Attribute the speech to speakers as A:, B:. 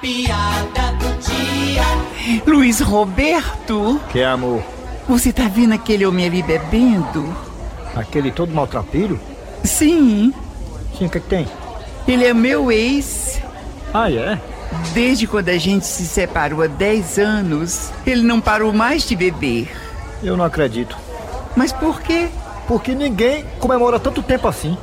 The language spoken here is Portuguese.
A: piada do dia.
B: Luiz Roberto,
C: Que é, amor?
B: você tá vendo aquele homem ali bebendo?
C: Aquele todo maltrapilho?
B: Sim,
C: Sim, o que, que tem?
B: ele é meu ex.
C: Ah, é?
B: Desde quando a gente se separou há 10 anos, ele não parou mais de beber.
C: Eu não acredito.
B: Mas por quê?
C: Porque ninguém comemora tanto tempo assim.